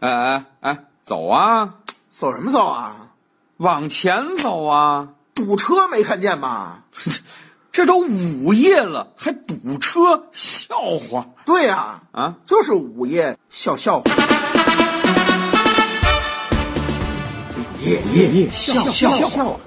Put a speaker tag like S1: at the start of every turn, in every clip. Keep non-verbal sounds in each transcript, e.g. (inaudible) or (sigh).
S1: 哎哎哎，走啊，
S2: 走什么走啊？
S1: 往前走啊！
S2: 堵车没看见吧？
S1: 这都午夜了还堵车，笑话
S2: 对呀、
S1: 啊！
S2: 就是午夜笑笑话。夜夜夜笑笑笑话。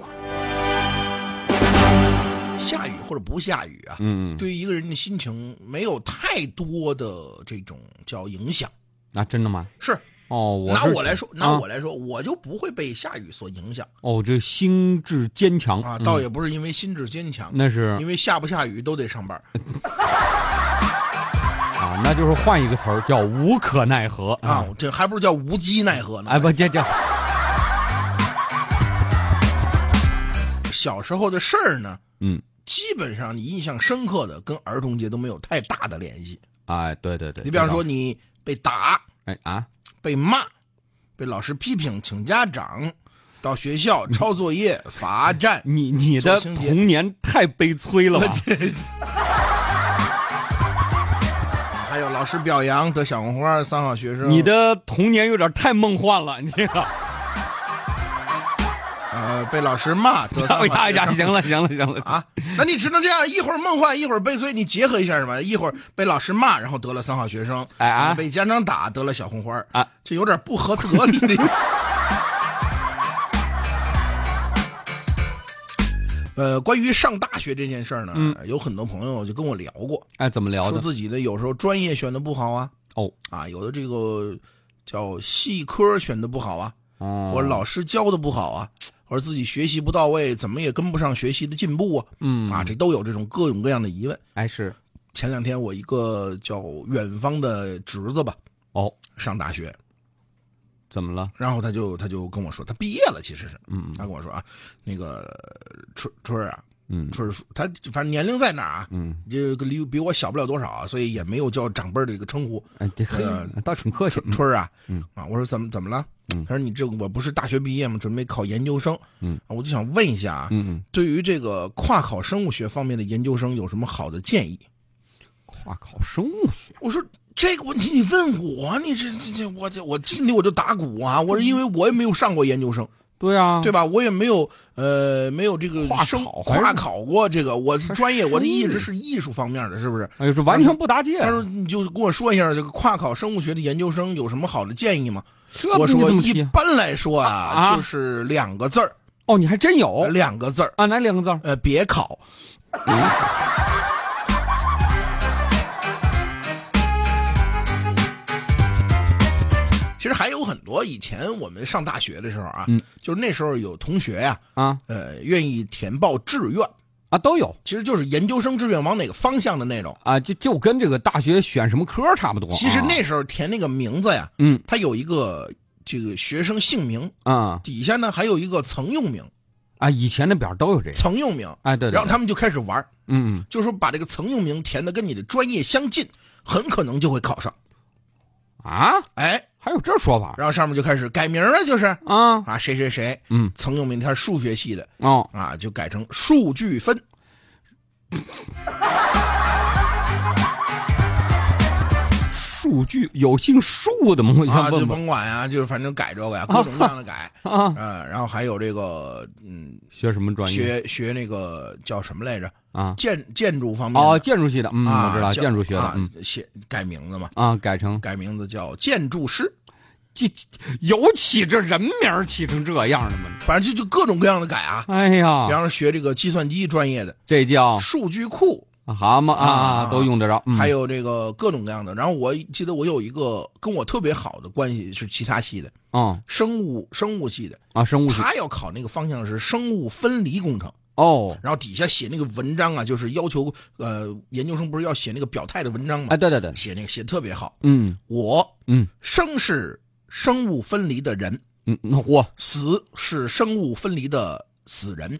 S3: 下雨或者不下雨啊，
S4: 嗯，
S3: 对于一个人的心情没有太多的这种叫影响。
S4: 那、真的吗？
S3: 是，
S4: 哦，我
S3: 拿
S4: 是
S3: 我来说，拿
S4: 啊
S3: 我来说，我就不会被下雨所影响
S4: 哦，这心智坚强
S3: 啊。
S4: 嗯
S3: 倒也不是因为心智坚强，
S4: 那嗯是
S3: 因为下不下雨都得上班。
S4: 啊，那就是换一个词儿叫无可奈何
S3: 啊，这还不是叫无机奈何呢？
S4: 哎，不，这这
S3: 小时候的事儿呢，
S4: 嗯，
S3: 基本上你印象深刻的跟儿童节都没有太大的联系。
S4: 哎，对对对，
S3: 你比方
S4: 知道
S3: 说，你被打、
S4: 哎啊，
S3: 被骂、被老师批评、请家长、到学校
S4: 嗯
S3: 抄作
S4: (laughs)
S3: 业、罚站，
S4: 你你的
S3: 周星驰
S4: 童年太悲催了吧？
S3: (laughs) 还有老师表扬得小红花、三好学生。
S4: 你的童年有点太梦幻了， (laughs) 你这个，
S3: (laughs) 呃，被老师骂得三好
S4: 哎
S3: 学
S4: 呀哎呀，
S3: 生
S4: 行了行了行了，
S3: 啊，那你只能这样，一会儿梦幻，一会儿悲催，你结合一下什么？一会儿被老师骂，然后得了三好学生；
S4: 哎啊
S3: 然后被家长打，得了小红花儿
S4: 啊，
S3: 这有点不合格理。呃，关于上大学这件事儿呢，
S4: 嗯
S3: 有很多朋友就跟我聊过，
S4: 哎，怎么聊
S3: 说
S4: 的？
S3: 自己的有时候专业选的不好啊，
S4: 哦，
S3: 啊，有的这个叫系科选的不好啊，
S4: 哦
S3: 或者老师教的不好啊，或者自己学习不到位，怎么也跟不上学习的进步啊，
S4: 嗯
S3: 啊，这都有这种各种各样的疑问。
S4: 哎是
S3: 前两天我一个叫远方的侄子吧，
S4: 哦，
S3: 上大学，
S4: 怎么了？
S3: 然后他就他就跟我说，他毕业了，其实是，
S4: 嗯
S3: 他跟我说啊，那个春春儿啊，
S4: 嗯
S3: 春儿叔，他反正年龄在哪儿啊，
S4: 嗯，
S3: 这个离比我小不了多少啊，所以也没有叫长辈儿的一个称呼。
S4: 哎这嘿
S3: 呃，
S4: 倒挺客气，嗯
S3: 春儿啊，
S4: 嗯
S3: 啊，我说怎么怎么了？
S4: 嗯
S3: 他说你这我不是大学毕业吗？准备考研究生，
S4: 嗯
S3: 啊，我就想问一下啊，
S4: 嗯嗯，
S3: 对于这个跨考生物学方面的研究生有什么好的建议？
S4: 跨考嗯生物学，
S3: 我说这个问题你问我，你这这这我这我心里我就打鼓啊！我是因为我也没有上过研究生，
S4: 对啊，
S3: 对吧？我也没有呃没有这个
S4: 跨考
S3: 生
S4: 还是
S3: 跨考过这个，我
S4: 还
S3: 专业
S4: 生物
S3: 我的一直是艺术方面的，是不是？
S4: 哎呦，这完全不搭界。
S3: 他说你就跟我说一下这个跨考生物学的研究生有什么好的建议吗？
S4: 这
S3: 我
S4: 你
S3: 说
S4: 怎么
S3: 一
S4: 提？
S3: 般来说啊，
S4: 啊
S3: 就是两个字儿，
S4: 哦，你还真有
S3: 两个字儿，
S4: 啊？哪两个字儿？
S3: 呃，别考。嗯其实还有很多，以前我们上大学的时候啊，
S4: 嗯
S3: 就是那时候有同学呀、
S4: 啊
S3: 呃，愿意填报志愿，
S4: 啊，都有
S3: 其实就是研究生志愿往哪个方向的那种。
S4: 啊，就就跟这个大学选什么科差不多。
S3: 其实
S4: 啊
S3: 那时候填那个名字呀，
S4: 嗯
S3: 它有一个这个学生姓名，
S4: 啊
S3: 底下呢还有一个曾用名，
S4: 啊，以前的表都有这个。
S3: 曾用名。
S4: 哎，对对
S3: 然后
S4: 对，
S3: 他们就开始玩儿，
S4: 嗯嗯
S3: 就说把这个曾用名填的跟你的专业相近，很可能就会考上。
S4: 啊，
S3: 哎，
S4: 还有这说法
S3: 然后上面就开始改名了，就是
S4: 啊？
S3: 啊，谁谁谁
S4: 嗯
S3: 曾用名，他是数学系的
S4: 哦，
S3: 啊，就改成数据分。
S4: 数据有姓数的吗？我
S3: 啊，
S4: 想
S3: 就
S4: 问问
S3: 甭管啊，就是反正改这
S4: 哦
S3: 个呀，各种各样的改，
S4: 啊，
S3: 呃，然后还有这个，嗯，
S4: 学什么专业
S3: 学学那个叫什么来着？
S4: 啊？
S3: 建建筑方面的
S4: 哦，建筑系的，嗯，
S3: 啊，
S4: 我知道
S3: 叫
S4: 建筑学的
S3: 啊，
S4: 嗯
S3: 写改名字嘛，
S4: 啊，改成
S3: 改名字叫建筑师，
S4: 这有起这人名儿起成这样的吗？
S3: 反正就就各种各样的改啊。
S4: 哎呀
S3: 比，方说学这个计算机专业的，
S4: 这叫
S3: 数据库，
S4: 蛤蟆
S3: 啊
S4: 啊，都用得啊着。嗯
S3: 还有这个各种各样的。然后我记得我有一个跟我特别好的关系是其他系的，
S4: 嗯
S3: 生物生物系的，
S4: 啊，生物系
S3: 他要考那个方向是生物分离工程。
S4: 哦，
S3: 然后底下写那个文章啊，就是要求呃研究生不是要写那个表态的文章
S4: 哎，
S3: 吗？
S4: 对对对，
S3: 写那个写得特别好。
S4: 嗯
S3: 我
S4: 嗯
S3: 生是生物分离的人，
S4: 嗯，那嚯，
S3: 死是生物分离的死人。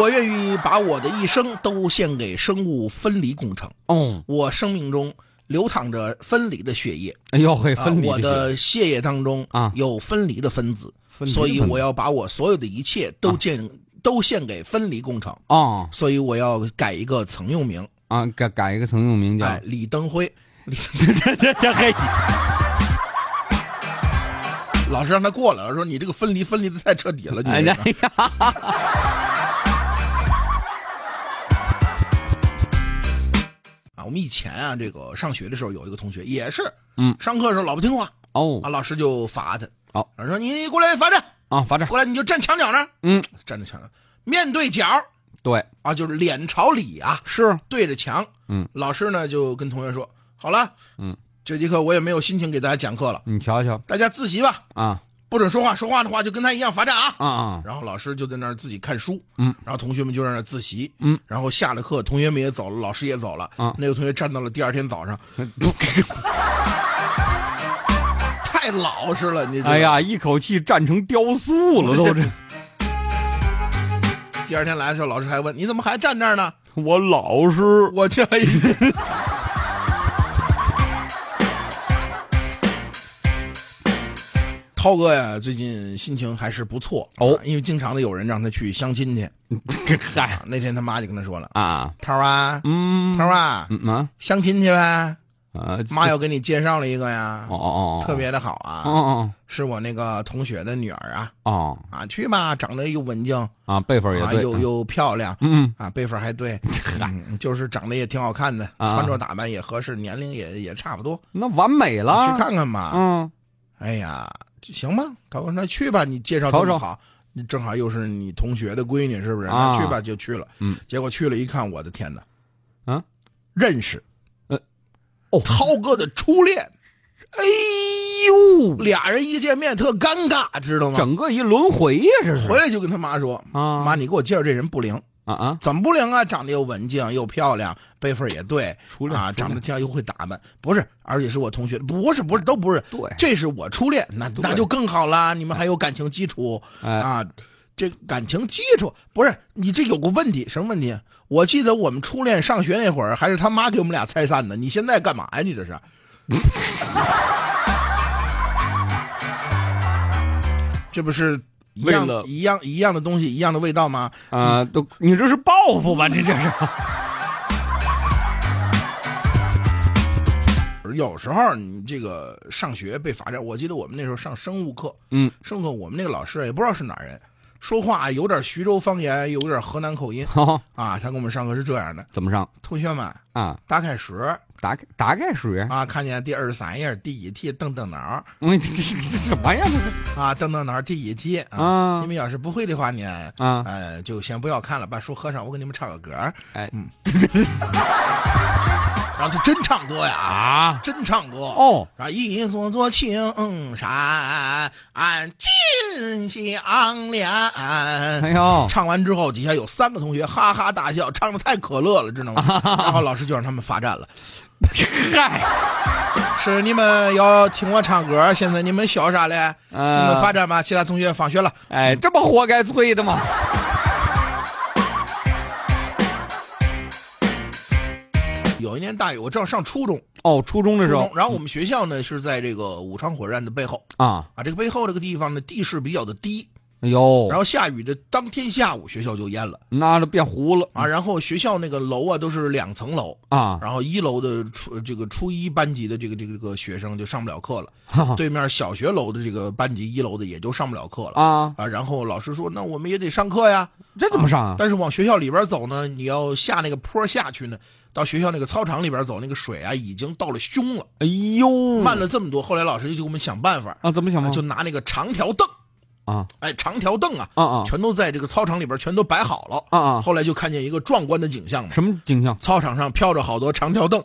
S3: 我愿意把我的一生都献给生物分离工程。
S4: 哦，
S3: 我生命中流淌着分离的血液，
S4: 哎呦嘿，
S3: 啊
S4: 分离
S3: 我
S4: 这
S3: 的血液当中
S4: 啊
S3: 有分离的分子，
S4: 分离
S3: 所以
S4: 分啊
S3: 我要把我所有的一切都献、都献给分离工程，
S4: 哦
S3: 所以我要改一个曾用名，
S4: 啊，改改一个曾用名叫
S3: 哎，李登辉，
S4: 这这这这 (laughs) 嘿，
S3: 老师让他过来了，说你这个分离分离的太彻底了，你
S4: 哎
S3: 这
S4: 呀
S3: 个。啊，我们以前啊，这个上学的时候有一个同学也是，
S4: 嗯
S3: 上课的时候老不听话
S4: 哦
S3: 啊，老师就罚他。
S4: 好
S3: 老师说你你过来罚站，
S4: 啊，罚站，
S3: 过来你就站墙角那儿，
S4: 嗯，
S3: (laughs) 站在墙上，面对角
S4: 对，
S3: 啊，就是脸朝里啊，
S4: 是，
S3: 对着墙。
S4: 嗯，
S3: 老师呢就跟同学说，好了，
S4: 嗯，
S3: 这节课我也没有心情给大家讲课了，
S4: 你瞧瞧
S3: 大家自习吧，
S4: 啊
S3: 不准说话，说话的话就跟他一样罚站啊。
S4: 啊啊，
S3: 然后老师就在那儿自己看书，
S4: 嗯，
S3: 然后同学们就在那儿自习，
S4: 嗯，
S3: 然后下了课，同学们也走了，老师也走了，
S4: 啊
S3: 那个同学站到了第二天早上， (laughs) 太老实了，你知道吗
S4: 哎，呀，一口气站成雕塑了
S3: (laughs)
S4: 都这，
S3: 第二天来的时候，老师还问你怎么还站这儿呢？
S4: 我老实，
S3: 我这， (laughs) 涛哥呀，最近心情还是不错
S4: 哦
S3: 啊因为经常的有人让他去相亲去，
S4: (laughs) 嗨
S3: 啊那天他妈就跟他说了，
S4: 啊，
S3: 涛儿啊，
S4: 嗯，
S3: 涛儿啊，
S4: 嗯啊
S3: 相亲去呗。
S4: 啊，
S3: 妈又给你介绍了一个呀，
S4: 哦哦哦，
S3: 特别的好
S4: 哦
S3: 啊，
S4: 哦
S3: 是我那个同学的女儿啊，
S4: 哦
S3: 啊，去吧，长得又文静啊，
S4: 啊，辈分也对，
S3: 又又漂亮
S4: 嗯
S3: 啊，辈分还对，
S4: (laughs) 嗨，
S3: 嗯就是长得也挺好看的，
S4: 啊
S3: 穿着打扮也合适，年龄也也差不多，
S4: 那完美了，
S3: 去看看吧。
S4: 啊嗯，
S3: 哎呀，行吧，他说那去吧，你介绍这
S4: 瞅
S3: 么
S4: 瞅
S3: 好。你正好又是你同学的闺女，是不是？
S4: 啊
S3: 那去吧，就去了。
S4: 嗯，
S3: 结果去了一看，我的天哪！
S4: 啊，
S3: 认识，
S4: 呃，哦
S3: 涛哥的初恋，
S4: 哎呦，
S3: 俩人一见面特尴尬，知道吗？
S4: 整个一轮回呀，这是
S3: 回来就跟他妈说：“
S4: 啊
S3: 妈，你给我介绍这人不灵，
S4: 啊啊，
S3: 怎么不灵啊？长得又文静又漂亮，辈分也对，
S4: 初恋
S3: 啊，
S4: 初恋
S3: 长得挺又会打扮，不是，而且是我同学，不是，不是，都不是，
S4: 对，
S3: 这是我初恋，那
S4: 对
S3: 那就更好啦，你们还有感情基础
S4: 哎
S3: 啊。”这感情基础不是你这有个问题，什么问题？我记得我们初恋上学那会儿，还是他妈给我们俩拆散的。你现在干嘛呀？你这是？ (laughs) 这不是一样
S4: 为了
S3: 一样一样的东西，一样的味道吗？
S4: 啊，都你这是报复吧？你这是
S3: (laughs) 有时候你这个上学被罚站，我记得我们那时候上生物课，
S4: 嗯，
S3: 生物课我们那个老师也不知道是哪儿人，说话有点徐州方言，有点河南口音
S4: 好，
S3: 啊。他给我们上课是这样的：
S4: 哦怎么上
S3: 同学们
S4: 啊？
S3: 打开水
S4: 打开打开水，
S3: 啊，看见第二十三页第一题瞪瞪脑儿
S4: 嗯，这这这什么呀？这是
S3: 啊，瞪瞪脑儿第一题啊。
S4: 啊
S3: 你们要是不会的话呢，
S4: 啊，
S3: 呃，就先不要看了，把书合上，我给你们唱个歌儿。
S4: 哎
S3: 嗯， (laughs) 然后他真唱歌呀，
S4: 啊，
S3: 真唱歌
S4: 哦。
S3: 啊，一座座青山尽向
S4: 哎
S3: 凉。
S4: 呦，
S3: 唱完之后，底下有三个同学哈哈大笑，唱的太可乐了，
S4: (laughs)
S3: 知道吗？然后老师就让他们罚站了。
S4: 嗨，
S3: 是你们要听我唱歌，现在你们笑啥嘞？你们罚
S4: 呃，
S3: 站吧，其他同学放学了。
S4: 哎，这不活该催的吗？
S3: 有一年大雨，我正上初中，
S4: 哦，初中的
S3: 初
S4: 时候
S3: 中，然后我们学校呢是在这个武昌火车站的背后
S4: 啊，
S3: 啊，这个背后这个地方呢地势比较的低，
S4: 哎呦
S3: 然，后下雨的当天下午学校就淹了。
S4: 那就变糊了
S3: 啊，然后学校那个楼啊都是两层楼，
S4: 嗯啊！
S3: 然后一楼的初这个初一班级的这个这个这个学生就上不了课了，
S4: 哈哈
S3: 对面小学楼的这个班级一楼的也就上不了课了
S4: (laughs) 啊，
S3: 啊。然后老师说，那我们也得上课呀，
S4: 这怎么上啊？
S3: 但是往学校里边走呢，你要下那个坡下去呢，到学校那个操场里边走，那个水啊已经到了胸了，
S4: 哎呦，
S3: 慢了这么多。后来老师就给我们想办法，
S4: 啊，怎么想吗？
S3: 就拿那个长条凳，
S4: 啊
S3: 哎，长条凳啊，
S4: 啊啊
S3: 全都在这个操场里边全都摆好了。
S4: 啊啊！
S3: 后来就看见一个壮观的景象嘛。
S4: 什么景象？
S3: 操场上飘着好多长条凳，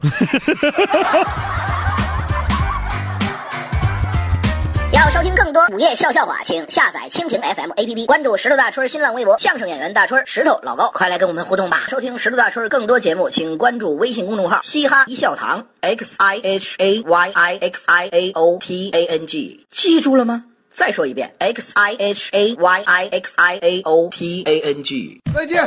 S5: 要收听更多午夜笑笑话，请下载蜻蜓 FM APP，关注石头大春新浪微博，相声演员大春、石头老高，快来跟我们互动吧！收听石头大春更多节目，请关注微信公众号“嘻哈一笑堂 ”x i h a y i x i a o t a n g，记住了吗？再说一遍，x i h a y i x i a o t a n g。
S2: 再见。